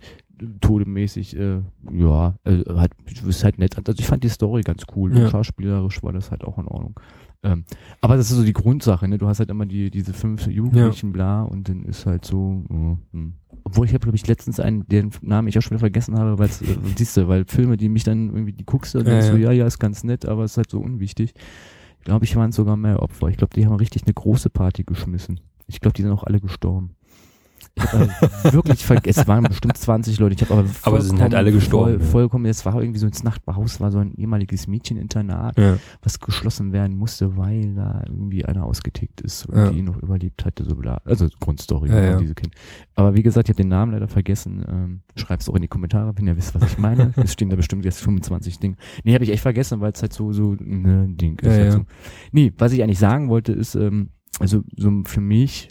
Speaker 1: Todemäßig, äh, ja, äh, hat, ist halt nett. Also ich fand die Story ganz cool.
Speaker 2: Ja.
Speaker 1: Und schauspielerisch war das halt auch in Ordnung. Ähm, aber das ist so die Grundsache, ne? Du hast halt immer die, diese fünf Jugendlichen, bla, und dann ist halt so, ja, hm. obwohl ich habe, glaube ich, letztens einen, den Namen ich auch schon wieder vergessen habe, weil äh, siehst du, weil Filme, die mich dann irgendwie, die guckst du und
Speaker 2: Ja,
Speaker 1: denkst so,
Speaker 2: ja.
Speaker 1: ja, ja, ist ganz nett, aber ist halt so unwichtig. Ich glaube, ich waren sogar mehr Opfer. Ich glaube, die haben richtig eine große Party geschmissen. Ich glaube, die sind auch alle gestorben. Ich habe wirklich vergessen, es waren bestimmt 20 Leute. Ich habe aber
Speaker 2: Aber sie sind halt
Speaker 1: vollkommen-
Speaker 2: alle gestorben,
Speaker 1: Voll,
Speaker 2: ja.
Speaker 1: vollkommen, es war irgendwie so ins Nachtbarhaus, war so ein ehemaliges Mädcheninternat
Speaker 2: Ja.
Speaker 1: was geschlossen werden musste, weil da irgendwie einer ausgetickt ist und
Speaker 2: Ja.
Speaker 1: die ihn noch überlebt hatte, so bla. Also Grundstory,
Speaker 2: Ja,
Speaker 1: ja,
Speaker 2: ja.
Speaker 1: diese Kind. Aber wie gesagt, ich habe den Namen leider vergessen. Ähm, schreib's auch in die Kommentare, wenn ihr wisst, was ich meine. es stehen da bestimmt jetzt 25 Dinge. Nee, habe ich echt vergessen, weil es halt so, so ne, Ding ist.
Speaker 2: Ja,
Speaker 1: halt
Speaker 2: ja.
Speaker 1: So. Nee, was ich eigentlich sagen wollte, ist, ähm, also so für mich.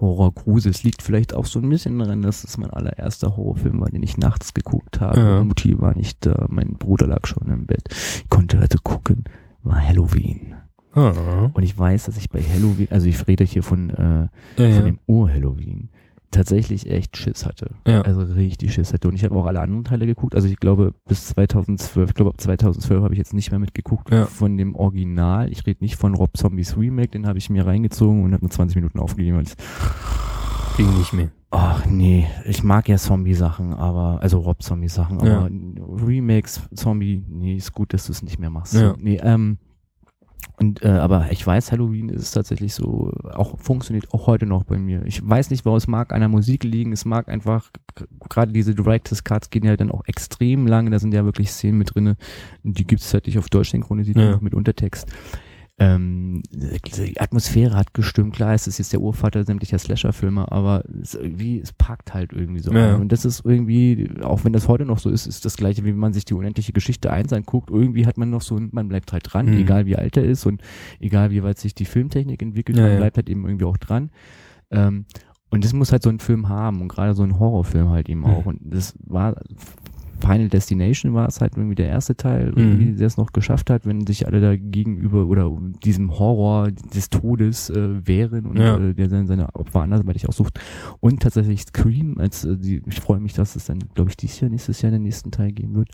Speaker 1: Horror Grusel, es liegt vielleicht auch so ein bisschen daran, dass es mein allererster Horrorfilm war, den ich nachts geguckt habe.
Speaker 2: Ja.
Speaker 1: Mutti war nicht da, mein Bruder lag schon im Bett. Ich konnte also gucken, war Halloween.
Speaker 2: Ah.
Speaker 1: Und ich weiß, dass ich bei Halloween, also ich rede hier von, äh,
Speaker 2: Ja,
Speaker 1: von
Speaker 2: ja.
Speaker 1: dem Ur-Halloween, tatsächlich echt Schiss hatte.
Speaker 2: Ja.
Speaker 1: Also richtig Schiss hatte. Und ich habe auch alle anderen Teile geguckt. Also ich glaube, bis 2012, ich glaube ab 2012 habe ich jetzt nicht mehr mitgeguckt
Speaker 2: Ja.
Speaker 1: von dem Original. Ich rede nicht von Rob Zombies Remake, den habe ich mir reingezogen und habe nur 20 Minuten aufgegeben, weil ich
Speaker 2: Ging nicht mehr.
Speaker 1: Ach nee, ich mag ja Zombie-Sachen, aber, also Rob-Zombie-Sachen, aber
Speaker 2: Ja.
Speaker 1: Remakes, Zombie, nee, ist gut, dass du es nicht mehr machst.
Speaker 2: Ja.
Speaker 1: Nee, ähm, und, äh, aber ich weiß, Halloween ist tatsächlich so, auch funktioniert auch heute noch bei mir. Ich weiß nicht, warum es mag an der Musik liegen, es mag einfach, g- gerade diese Directors Cards gehen ja dann auch extrem lange, da sind ja wirklich Szenen mit drinne, die gibt's halt nicht auf Deutsch synchronisiert,
Speaker 2: Ja.
Speaker 1: noch mit Untertext. Ähm, die Atmosphäre hat gestimmt, klar, es ist jetzt der Urvater sämtlicher Slasher-Filme, aber es, irgendwie, es packt halt irgendwie so.
Speaker 2: Ja.
Speaker 1: ein. Und das ist irgendwie, auch wenn das heute noch so ist, ist das gleiche, wie wenn man sich die unendliche Geschichte eins anguckt, irgendwie hat man noch so, ein- man bleibt halt dran,
Speaker 2: Mhm.
Speaker 1: egal wie alt er ist und egal wie weit sich die Filmtechnik entwickelt,
Speaker 2: Ja,
Speaker 1: man
Speaker 2: ja.
Speaker 1: bleibt halt eben irgendwie auch dran. Ähm, und das muss halt so ein Film haben und gerade so ein Horrorfilm halt eben auch.
Speaker 2: Mhm.
Speaker 1: Und das war Final Destination war es halt irgendwie der erste Teil,
Speaker 2: Mhm.
Speaker 1: irgendwie, der es noch geschafft hat, wenn sich alle da gegenüber oder um diesem Horror des Todes äh, wehren und
Speaker 2: Ja.
Speaker 1: äh, der seine, seine Opfer andersweitig aussucht. Und tatsächlich Scream, als äh, die, ich freue mich, dass es dann, glaube ich, dieses Jahr, nächstes Jahr den nächsten Teil geben wird.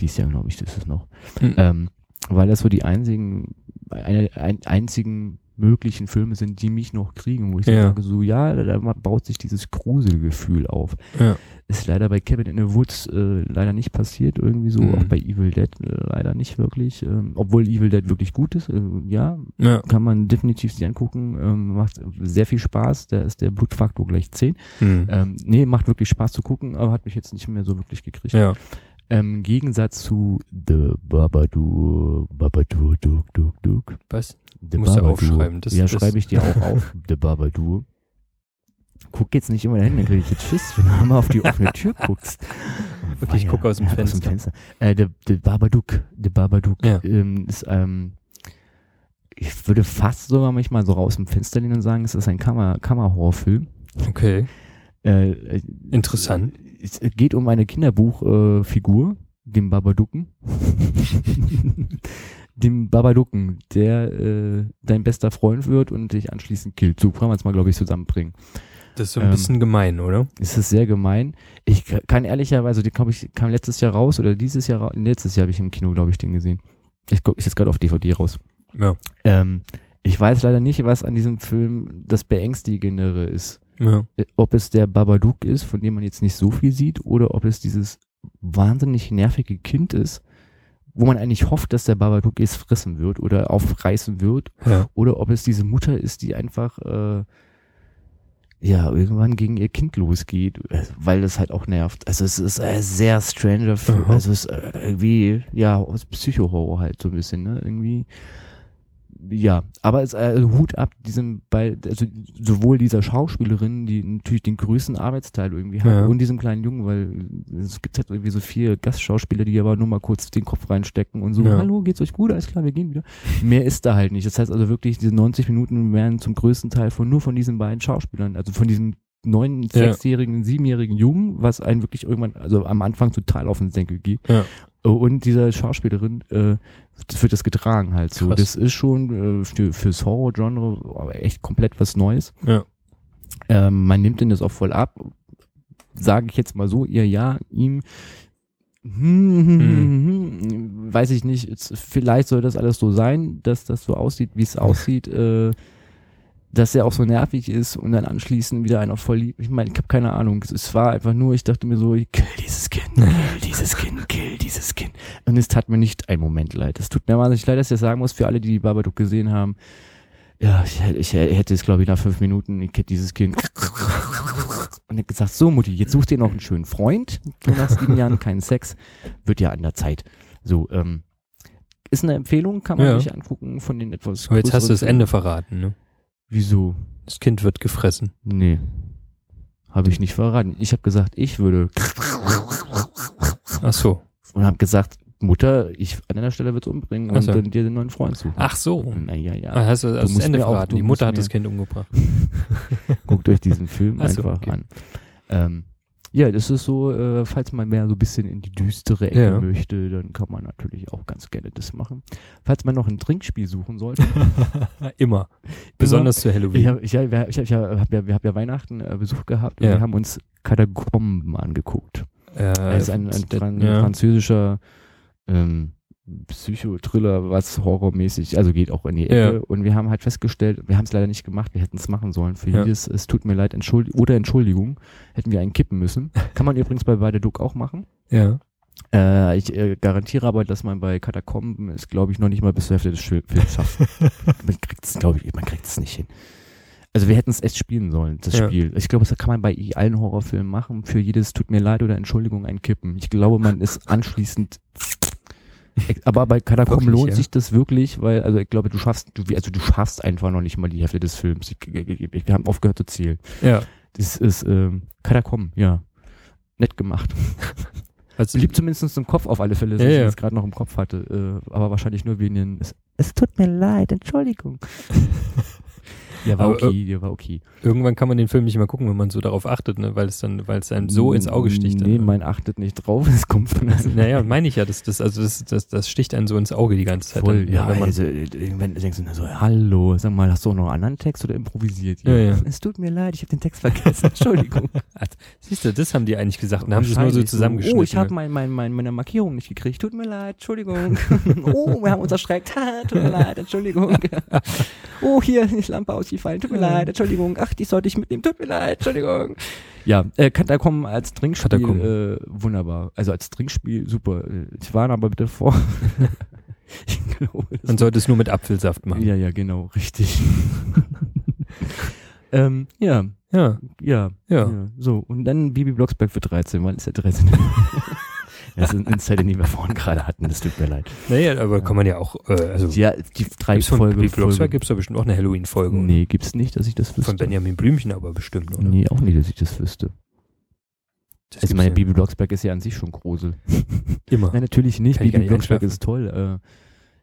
Speaker 1: Dieses Jahr, glaube ich, ist es noch.
Speaker 2: Mhm.
Speaker 1: Ähm, weil das so die einzigen, ein, ein, einzigen möglichen Filme sind, die mich noch kriegen, wo ich
Speaker 2: Ja.
Speaker 1: sage so, ja, da- da baut sich dieses Gruselgefühl auf.
Speaker 2: Ja.
Speaker 1: Ist leider bei Cabin in the Woods äh, leider nicht passiert, irgendwie so,
Speaker 2: Mhm.
Speaker 1: auch bei Evil Dead äh, leider nicht wirklich, ähm, obwohl Evil Dead wirklich gut ist, äh, ja,
Speaker 2: Ja.
Speaker 1: kann man definitiv sich angucken, ähm, macht sehr viel Spaß, da ist der Blutfaktor gleich 10.
Speaker 2: Hm.
Speaker 1: Ähm, nee, macht wirklich Spaß zu gucken, aber hat mich jetzt nicht mehr so wirklich gekriegt.
Speaker 2: ja.
Speaker 1: Ähm, Im Gegensatz zu The Babadook, Babadook, Duk, Duk, Duk.
Speaker 2: Was?
Speaker 1: The
Speaker 2: Musst du
Speaker 1: Babadook.
Speaker 2: aufschreiben, das-
Speaker 1: ja,
Speaker 2: das-
Speaker 1: schreibe ich dir auch auf. The Babadook. Guck jetzt nicht immer dahin, dann krieg ich jetzt Schiss, wenn du mal auf die offene Tür guckst.
Speaker 2: Okay, ich
Speaker 1: Weia.
Speaker 2: gucke aus dem
Speaker 1: Ja,
Speaker 2: Fenster.
Speaker 1: Fenster. Äh, The, The Babadook, The Babadook
Speaker 2: Ja.
Speaker 1: ähm, ist, ähm, ich würde fast sogar manchmal so aus dem Fenster lehnen und sagen, es ist ein Kammer, Kammerhorrorfilm.
Speaker 2: Okay.
Speaker 1: Äh, äh,
Speaker 2: Interessant.
Speaker 1: Es geht um eine Kinderbuchfigur, äh, Figur, den Babaducken. dem Babaducken, der äh, dein bester Freund wird und dich anschließend killt. So kann man es mal, glaube ich, zusammenbringen.
Speaker 2: Das ist so ein
Speaker 1: Ähm.
Speaker 2: bisschen gemein, oder?
Speaker 1: Es ist sehr gemein. Ich k- kann ehrlicherweise, die glaube ich, kam letztes Jahr raus oder dieses Jahr raus. Letztes Jahr habe ich im Kino, glaube ich, den gesehen. Ich gucke, ist jetzt gerade auf DVD raus.
Speaker 2: Ja.
Speaker 1: Ähm, ich weiß leider nicht, was an diesem Film das Beängstigendere ist.
Speaker 2: Ja.
Speaker 1: Äh, ob es der Babadook ist, von dem man jetzt nicht so viel sieht, oder ob es dieses wahnsinnig nervige Kind ist, wo man eigentlich hofft, dass der Babadook es fressen wird oder aufreißen wird,
Speaker 2: ja.
Speaker 1: oder ob es diese Mutter ist, die einfach äh, ja irgendwann gegen ihr Kind losgeht, äh, weil das halt auch nervt. Also es ist äh, sehr stranger Film,
Speaker 2: Aha.
Speaker 1: also es ist äh, irgendwie ja aus Psycho-Horror halt so ein bisschen, ne? Irgendwie ja, aber es äh, Hut ab diesem bei also sowohl dieser Schauspielerin, die natürlich den größten Arbeitsteil irgendwie hat
Speaker 2: Ja.
Speaker 1: und diesem kleinen Jungen, weil es gibt halt irgendwie so vier Gastschauspieler, die aber nur mal kurz den Kopf reinstecken und so
Speaker 2: Ja.
Speaker 1: hallo, geht's euch gut? Alles klar, wir gehen wieder. Mehr ist da halt nicht. Das heißt also wirklich, diese 90 Minuten werden zum größten Teil von nur von diesen beiden Schauspielern, also von diesem neun, sechsjährigen, siebenjährigen Jungen, was einen wirklich irgendwann, also am Anfang total auf den Senkel geht.
Speaker 2: Ja.
Speaker 1: Und dieser Schauspielerin äh, das wird das getragen halt so.
Speaker 2: Krass.
Speaker 1: Das ist schon äh, für, fürs Horror-Genre echt komplett was Neues.
Speaker 2: Ja.
Speaker 1: Ähm, man nimmt ihn das auch voll ab. Sage ich jetzt mal so, ihr ja, ihm. Hm, hm, hm, hm, hm, weiß ich nicht, es- vielleicht soll das alles so sein, dass das so aussieht, wie es aussieht, äh, dass er auch so nervig ist und dann anschließend wieder einer voll lieb. Ich meine, ich habe keine Ahnung. Es- Es war einfach nur, ich dachte mir so, kill dieses Kind, kill dieses Kind, kill dieses Kind. Und es tat mir nicht einen Moment leid. Es tut mir wahnsinnig leid, dass ich das sagen muss, für alle, die die Babadook gesehen haben. Ja, ich, hätte- ich hätte es, glaube ich, nach fünf Minuten, ich hätte dieses Kind und hätte gesagt, so Mutti, jetzt such dir noch einen schönen Freund. Du nach sieben Jahren keinen Sex, wird ja an der Zeit. So, ähm, ist eine Empfehlung, kann man
Speaker 2: Ja.
Speaker 1: sich angucken von den etwas
Speaker 2: Aber jetzt hast du das
Speaker 1: größeren
Speaker 2: Ende verraten, ne?
Speaker 1: Filmen. Wieso?
Speaker 2: Das Kind wird gefressen.
Speaker 1: Nee. Habe ich nicht verraten. Ich habe gesagt, ich würde
Speaker 2: Ach so.
Speaker 1: und habe gesagt, Mutter, ich an einer Stelle wird's umbringen
Speaker 2: Ach
Speaker 1: und
Speaker 2: so.
Speaker 1: dann dir den neuen Freund suchen.
Speaker 2: Ach so.
Speaker 1: Naja, ja.
Speaker 2: Ah, hast du das
Speaker 1: musst
Speaker 2: Ende
Speaker 1: mir auch-
Speaker 2: verraten?
Speaker 1: Mhm. du
Speaker 2: Die Mutter
Speaker 1: musst
Speaker 2: hat das
Speaker 1: mir-
Speaker 2: Kind umgebracht.
Speaker 1: Guckt euch diesen Film
Speaker 2: Ach so,
Speaker 1: einfach
Speaker 2: okay.
Speaker 1: an. Ähm, ja, das ist so, äh, falls man mehr so ein bisschen in die düstere Ecke
Speaker 2: Ja.
Speaker 1: möchte, dann kann man natürlich auch ganz gerne das machen. Falls man noch ein Trinkspiel suchen sollte,
Speaker 2: Immer. Besonders zu Halloween.
Speaker 1: ich habe ich hab, ich hab, ich hab ja, wir haben ja Weihnachten äh, Besuch gehabt und
Speaker 2: Ja.
Speaker 1: wir haben uns Katakomben angeguckt.
Speaker 2: äh,
Speaker 1: Er ist Also ein, ein, Fran-
Speaker 2: ja.
Speaker 1: französischer ähm, Psychothriller, was horrormäßig, also geht auch in die Ecke.
Speaker 2: Ja.
Speaker 1: Und wir haben halt festgestellt, wir haben es leider nicht gemacht, wir hätten es machen sollen. Für
Speaker 2: Ja.
Speaker 1: jedes, es tut mir leid, Entschuld oder Entschuldigung, hätten wir einen kippen müssen. Kann man übrigens bei Badeduck auch machen.
Speaker 2: ja.
Speaker 1: Äh, ich äh, garantiere aber, dass man bei Katakomben es, glaube ich, noch nicht mal bis zur Hälfte des Schil- Films schafft. man kriegt es, glaube ich, man kriegt es nicht hin. Also wir hätten es echt spielen sollen, das
Speaker 2: Ja.
Speaker 1: Spiel. Ich glaube, das kann man bei allen Horrorfilmen machen. Für jedes Tut mir leid oder Entschuldigung ein Kippen. Ich glaube, man ist anschließend. Aber bei Katakomben
Speaker 2: Wirklich,
Speaker 1: lohnt
Speaker 2: ja.
Speaker 1: sich das wirklich, weil, also ich glaube, du schaffst, du, also du schaffst einfach noch nicht mal die Hälfte des Films. Ich, ich, ich, ich, wir haben aufgehört zu zählen.
Speaker 2: ja.
Speaker 1: Das ist ähm, Katakomben, ja. Nett gemacht.
Speaker 2: Also,
Speaker 1: Blieb zumindest im Kopf auf alle Fälle, dass
Speaker 2: Ja,
Speaker 1: ich
Speaker 2: ja.
Speaker 1: das gerade noch im Kopf hatte. Äh, aber wahrscheinlich nur wegen den. Es, es tut mir leid, Entschuldigung. Der war
Speaker 2: Aber,
Speaker 1: okay, der war okay.
Speaker 2: Irgendwann kann man den Film nicht mehr gucken, wenn man so darauf achtet, ne? weil es dann, weil es einem so ins Auge sticht.
Speaker 1: Mm, Nee,
Speaker 2: dann, äh.
Speaker 1: mein achtet nicht drauf, es kommt von
Speaker 2: naja, meine ich ja, das, das, also das, das, das sticht einem so ins Auge die ganze Zeit.
Speaker 1: Voll,
Speaker 2: halt dann, ne,
Speaker 1: ja,
Speaker 2: wenn man,
Speaker 1: also, äh, irgendwann denkst du dann so, hallo, sag mal, hast du auch noch einen anderen Text oder improvisiert?
Speaker 2: Ja, ja.
Speaker 1: Es tut mir leid, ich habe den Text vergessen, Entschuldigung.
Speaker 2: siehst du, das haben die eigentlich gesagt, dann haben sie es nur so
Speaker 1: Wahrscheinlich
Speaker 2: zusammengeschnitten. ne?
Speaker 1: Oh, ich habe mein, mein, mein, meine Markierung nicht gekriegt, tut mir leid, Entschuldigung. oh, wir haben uns erschreckt, Ha, tut mir leid, Entschuldigung. oh, hier ist die Lampe ausgefallen, tut mir leid, Entschuldigung. Ach, die sollte ich mitnehmen, tut mir leid, Entschuldigung. Ja, äh, Katakomben als
Speaker 2: Katakomben.
Speaker 1: Trinkspiel, äh, wunderbar. Also als Trinkspiel, super. Äh, Ich warne aber bitte vor. ich glaube, das
Speaker 2: man sollte es nur mit Apfelsaft machen.
Speaker 1: ja, ja, genau, richtig. ähm, ja,
Speaker 2: Ja,
Speaker 1: ja, ja,
Speaker 2: ja.
Speaker 1: So, und dann Bibi Blocksberg für 13, weil ist ja 13. das sind Insider, die wir vorhin gerade hatten, das tut mir leid.
Speaker 2: Naja, aber kann man ja auch, äh, also
Speaker 1: Ja, die drei
Speaker 2: gibt's von
Speaker 1: Folgen.
Speaker 2: Bibi Blocksberg
Speaker 1: Folge.
Speaker 2: gibt es da bestimmt auch eine Halloween-Folge.
Speaker 1: Nee, gibt's nicht, dass ich das wüsste.
Speaker 2: Von Benjamin Blümchen aber bestimmt, oder?
Speaker 1: Nee, auch nicht, dass ich das wüsste.
Speaker 2: Das
Speaker 1: Also
Speaker 2: gibt's
Speaker 1: meine
Speaker 2: ja
Speaker 1: Bibi Blocksberg ist ja an sich schon grusel.
Speaker 2: immer.
Speaker 1: Nein, natürlich nicht.
Speaker 2: Kann ich gar
Speaker 1: Bibi
Speaker 2: nicht
Speaker 1: Blocksberg
Speaker 2: einschlafen.
Speaker 1: ist toll. Äh,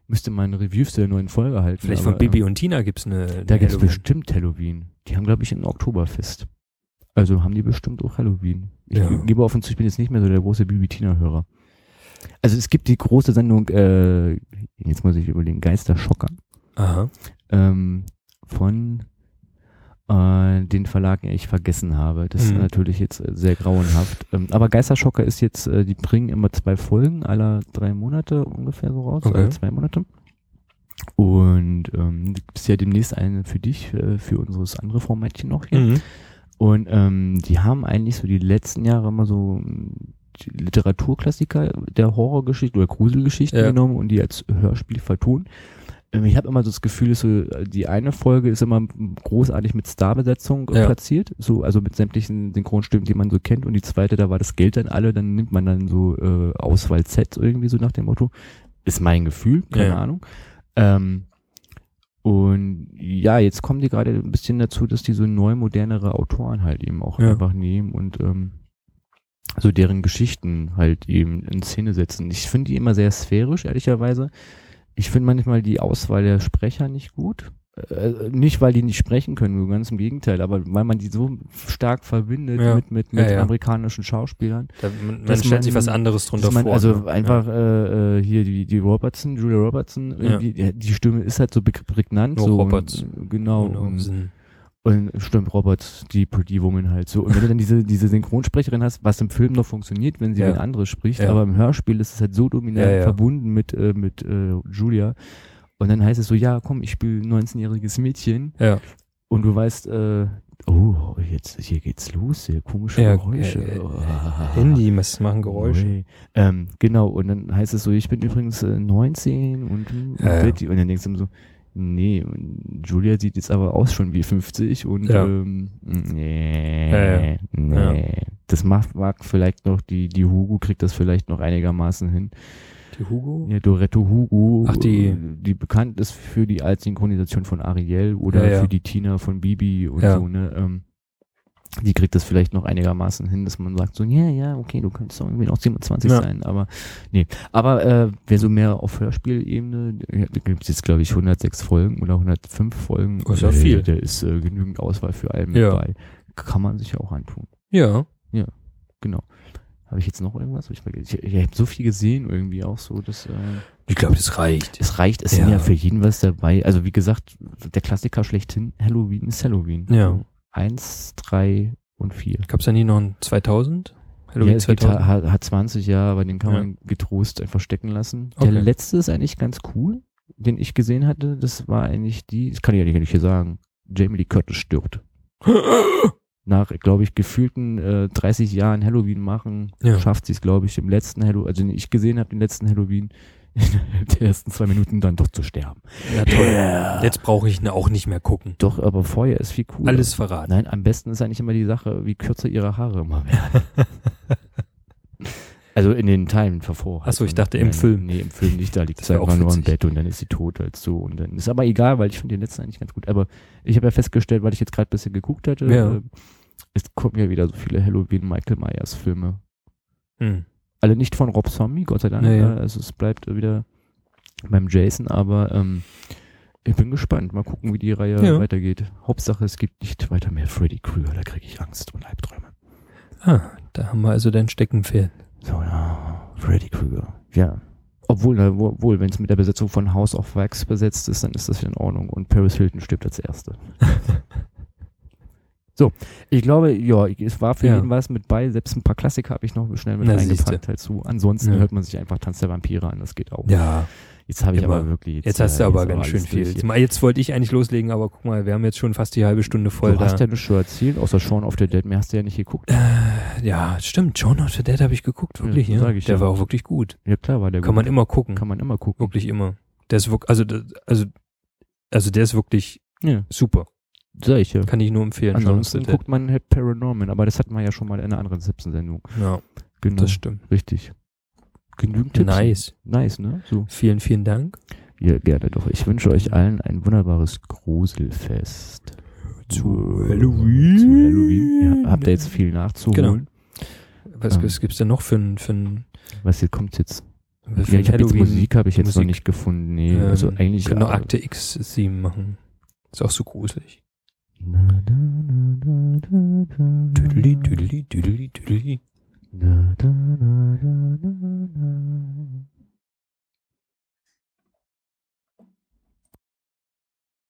Speaker 1: müsste mal ein Review zu der neuen Folge halten.
Speaker 2: Vielleicht von
Speaker 1: aber,
Speaker 2: Bibi und Tina gibt es eine.
Speaker 1: Da
Speaker 2: eine
Speaker 1: gibt's
Speaker 2: äh, Halloween.
Speaker 1: bestimmt Halloween. Die haben, glaube ich, ein Oktoberfest. Also haben die bestimmt auch Halloween. Ich
Speaker 2: Ja.
Speaker 1: gebe offen zu, ich bin jetzt nicht mehr so der große Bibitina-Hörer. Also es gibt die große Sendung, äh, jetzt muss ich überlegen, Geisterschocker
Speaker 2: Aha.
Speaker 1: ähm, von äh, den Verlag, den ich vergessen habe. Das ist
Speaker 2: Mhm.
Speaker 1: natürlich jetzt äh, sehr grauenhaft. Ähm, aber Geisterschocker ist jetzt, äh, die bringen immer zwei Folgen aller drei Monate ungefähr so raus,
Speaker 2: Okay.
Speaker 1: alle zwei Monate. Und ähm, gibt es ja demnächst eine für dich, äh, für unseres andere Formatchen noch hier.
Speaker 2: Mhm.
Speaker 1: Und ähm, die haben eigentlich so die letzten Jahre immer so mh, die Literaturklassiker der Horrorgeschichte oder Gruselgeschichten
Speaker 2: Ja.
Speaker 1: genommen und die als Hörspiel vertun. Ähm, ich habe immer so das Gefühl, dass so äh, die eine Folge ist immer großartig mit Starbesetzung äh,
Speaker 2: Ja.
Speaker 1: platziert, so also mit sämtlichen Synchronstimmen, die man so kennt. Und die zweite, da war das Geld dann alle, dann nimmt man dann so äh, Auswahl-Sets irgendwie so nach dem Motto. Ist mein Gefühl, keine
Speaker 2: Ja.
Speaker 1: Ahnung. Ähm, und ja, jetzt kommen die gerade ein bisschen dazu, dass die so neu modernere Autoren halt eben auch
Speaker 2: Ja.
Speaker 1: einfach nehmen und ähm, so deren Geschichten halt eben in Szene setzen. Ich finde die immer sehr sphärisch, ehrlicherweise. Ich finde manchmal die Auswahl der Sprecher nicht gut. Äh, nicht, weil die nicht sprechen können, ganz im Gegenteil, aber weil man die so stark verbindet
Speaker 2: Ja.
Speaker 1: mit, mit, mit
Speaker 2: Ja, ja.
Speaker 1: amerikanischen Schauspielern.
Speaker 2: Da, man man
Speaker 1: Dass
Speaker 2: stellt sich
Speaker 1: man-
Speaker 2: was anderes drunter
Speaker 1: Dass man,
Speaker 2: vor.
Speaker 1: also
Speaker 2: ne?
Speaker 1: einfach äh, äh, hier die, die Robertson, Julia Robertson, irgendwie, die, die Stimme ist halt so prä- prägnant.
Speaker 2: Nur
Speaker 1: so
Speaker 2: Roberts.
Speaker 1: Und,
Speaker 2: Ja.
Speaker 1: genau.
Speaker 2: Und auch
Speaker 1: Und,
Speaker 2: Sinn.
Speaker 1: und stimmt, Roberts, die Pretty Woman halt so. Und wenn du dann diese, diese Synchronsprecherin hast, was im Film noch funktioniert, wenn sie
Speaker 2: Ja.
Speaker 1: wen anderes spricht,
Speaker 2: Ja.
Speaker 1: aber im Hörspiel ist es halt so dominant
Speaker 2: Ja, ja.
Speaker 1: verbunden mit, äh, mit äh, Julia. Und dann heißt es so, ja, komm, ich spiele 19-jähriges Mädchen
Speaker 2: Ja.
Speaker 1: und du weißt, äh, oh, jetzt hier geht's los, hier komische
Speaker 2: Ja,
Speaker 1: Geräusche.
Speaker 2: äh, äh,
Speaker 1: Oh.
Speaker 2: Handy, was machen Geräusche.
Speaker 1: Ui. Ähm, genau, und dann heißt es so, ich bin übrigens äh, 19 und, und,
Speaker 2: Ja, ja.
Speaker 1: Betty. und dann denkst du immer so, nee, und Julia sieht jetzt aber aus schon wie 50 und
Speaker 2: Ja.
Speaker 1: ähm, nee,
Speaker 2: Ja, ja.
Speaker 1: nee. Das macht, mag vielleicht noch, die, die Hugo kriegt das vielleicht noch einigermaßen hin.
Speaker 2: Die Hugo?
Speaker 1: Ja, Doretto Hugo,
Speaker 2: Ach, die-
Speaker 1: äh, die bekannt ist für die Altsynchronisation von Ariel oder
Speaker 2: Ja, ja.
Speaker 1: für die Tina von Bibi und
Speaker 2: Ja.
Speaker 1: so, ne? Ähm, die kriegt das vielleicht noch einigermaßen hin, dass man sagt so, ja, ja, okay, du könntest doch irgendwie noch 27
Speaker 2: Ja.
Speaker 1: sein, aber nee. Aber äh, wer so mehr auf Hörspielebene, ja, da gibt's jetzt glaube ich 106 Folgen oder 105 Folgen.
Speaker 2: Oh, ist ja
Speaker 1: äh,
Speaker 2: viel.
Speaker 1: Da ist äh, genügend Auswahl für alle mit
Speaker 2: Ja.
Speaker 1: bei. Kann man sich ja auch antun.
Speaker 2: Ja.
Speaker 1: Habe ich jetzt noch irgendwas? Hab Ich, vergessen? ich, ich habe so viel gesehen irgendwie auch so, dass... Äh,
Speaker 2: Ich glaube, das reicht.
Speaker 1: es reicht, es sind
Speaker 2: Ja.
Speaker 1: ja für jeden was dabei. Also wie gesagt, der Klassiker schlechthin, Halloween ist Halloween.
Speaker 2: Ja.
Speaker 1: So, eins, drei und vier.
Speaker 2: Gab es da nie noch ein 2000?
Speaker 1: ja, es gibt H- H- H20, ja, aber den kann
Speaker 2: Ja.
Speaker 1: man getrost einfach stecken lassen.
Speaker 2: Okay.
Speaker 1: Der letzte ist eigentlich ganz cool, den ich gesehen hatte. Das war eigentlich die, das kann ich ja nicht- nicht hier sagen, Jamie Lee Curtis stirbt. Nach, glaube ich, gefühlten äh, 30 Jahren Halloween machen,
Speaker 2: Ja.
Speaker 1: schafft sie es, glaube ich, im letzten Halloween, also den ich gesehen habe, den letzten Halloween, innerhalb der ersten zwei Minuten dann doch zu sterben.
Speaker 2: ja, toll. Jetzt brauche ich ihn auch nicht mehr gucken.
Speaker 1: Doch, aber vorher ist viel cooler.
Speaker 2: Alles verraten.
Speaker 1: Nein, am besten ist eigentlich immer die Sache, wie kürzer ihre Haare immer werden. also in den Teilen davor.
Speaker 2: Ach so, ich dachte im
Speaker 1: Nein,
Speaker 2: Film.
Speaker 1: Nee, im Film nicht. Da liegt
Speaker 2: Das
Speaker 1: sie
Speaker 2: wär auch
Speaker 1: einfach nur im
Speaker 2: witzig.
Speaker 1: Bett und dann ist sie tot als so. Und dann ist aber egal, weil ich finde den letzten eigentlich ganz gut. Aber ich habe ja festgestellt, weil ich jetzt gerade ein bisschen geguckt hatte,
Speaker 2: Ja.
Speaker 1: äh, es kommen ja wieder so viele Halloween-Michael Myers-Filme.
Speaker 2: Hm.
Speaker 1: Alle nicht von Rob Zombie, Gott sei Dank. ne?
Speaker 2: Nee.
Speaker 1: äh, Also es bleibt wieder beim Jason, aber ähm, Ich bin gespannt. Mal gucken, wie die Reihe
Speaker 2: Ja.
Speaker 1: weitergeht. Hauptsache, es gibt nicht weiter mehr Freddy Krüger. Da kriege ich Angst und Albträume.
Speaker 2: Ah, da haben wir also dein Steckenpferd.
Speaker 1: So, ja, Freddy Krüger. Ja. Obwohl, na, wo- obwohl wenn es mit der Besetzung von House of Wax besetzt ist, dann ist das ja in Ordnung. Und Paris Hilton stirbt als Erste. so, ich glaube, ja, ich- es war für
Speaker 2: Ja.
Speaker 1: jeden was mit bei. Selbst ein paar Klassiker habe ich noch schnell mit
Speaker 2: Na,
Speaker 1: reingepackt
Speaker 2: siehste.
Speaker 1: halt zu. Ansonsten
Speaker 2: Ja.
Speaker 1: hört man sich einfach Tanz der Vampire an. Das geht auch.
Speaker 2: Ja,
Speaker 1: Jetzt habe ich
Speaker 2: Immer.
Speaker 1: aber wirklich.
Speaker 2: jetzt hast du
Speaker 1: äh,
Speaker 2: aber ganz
Speaker 1: alles
Speaker 2: schön viel.
Speaker 1: durch
Speaker 2: Jetzt,
Speaker 1: hier.
Speaker 2: mal- jetzt wollte ich eigentlich loslegen, aber guck mal, wir haben jetzt schon fast die halbe Stunde voll
Speaker 1: Du
Speaker 2: da.
Speaker 1: hast ja nichts schon erzählt, außer Shaun of the Dead. Mehr hast du ja nicht geguckt.
Speaker 2: ja, stimmt. John of the Dead habe ich geguckt, wirklich.
Speaker 1: Ja,
Speaker 2: Ja,
Speaker 1: sag ich
Speaker 2: Der
Speaker 1: ja.
Speaker 2: war auch wirklich gut.
Speaker 1: Ja, klar, war der
Speaker 2: Kann man
Speaker 1: gut.
Speaker 2: immer gucken.
Speaker 1: Kann man immer gucken.
Speaker 2: Wirklich immer. Der ist wirklich, also, der- also, also der ist wirklich
Speaker 1: Ja,
Speaker 2: super.
Speaker 1: sag ich ja.
Speaker 2: Kann ich nur empfehlen. Shaun of the
Speaker 1: Ansonsten
Speaker 2: Dead.
Speaker 1: guckt man halt Paranorman, aber das hatten wir ja schon mal in einer anderen Simpson-Sendung.
Speaker 2: Ja,
Speaker 1: Genau,
Speaker 2: das stimmt.
Speaker 1: richtig. Genügend Tipps.
Speaker 2: Nice.
Speaker 1: Nice, ne? So.
Speaker 2: Vielen, vielen Dank.
Speaker 1: Ja, gerne doch. Ich wünsche euch allen ein wunderbares Gruselfest. Zu
Speaker 2: Halloween.
Speaker 1: Zu Halloween. Ja, habt ihr jetzt viel
Speaker 2: Genau.
Speaker 1: nachzuholen?
Speaker 2: Was,
Speaker 1: Ähm.
Speaker 2: was gibt's denn noch für ein, für ein,
Speaker 1: Was jetzt kommt jetzt?
Speaker 2: für
Speaker 1: Ja, ich hab jetzt
Speaker 2: Halloween-
Speaker 1: Musik habe ich jetzt noch
Speaker 2: Musik.
Speaker 1: nicht gefunden. Nee, also
Speaker 2: Ähm,
Speaker 1: eigentlich.
Speaker 2: Können noch
Speaker 1: äh,
Speaker 2: Akte X-Theme machen. Ist auch so gruselig.
Speaker 1: Na, na, na, na, na, na.
Speaker 2: Tüdeli, tüdeli, tüdeli, tüdeli.
Speaker 1: Na, na, na, na, na, na,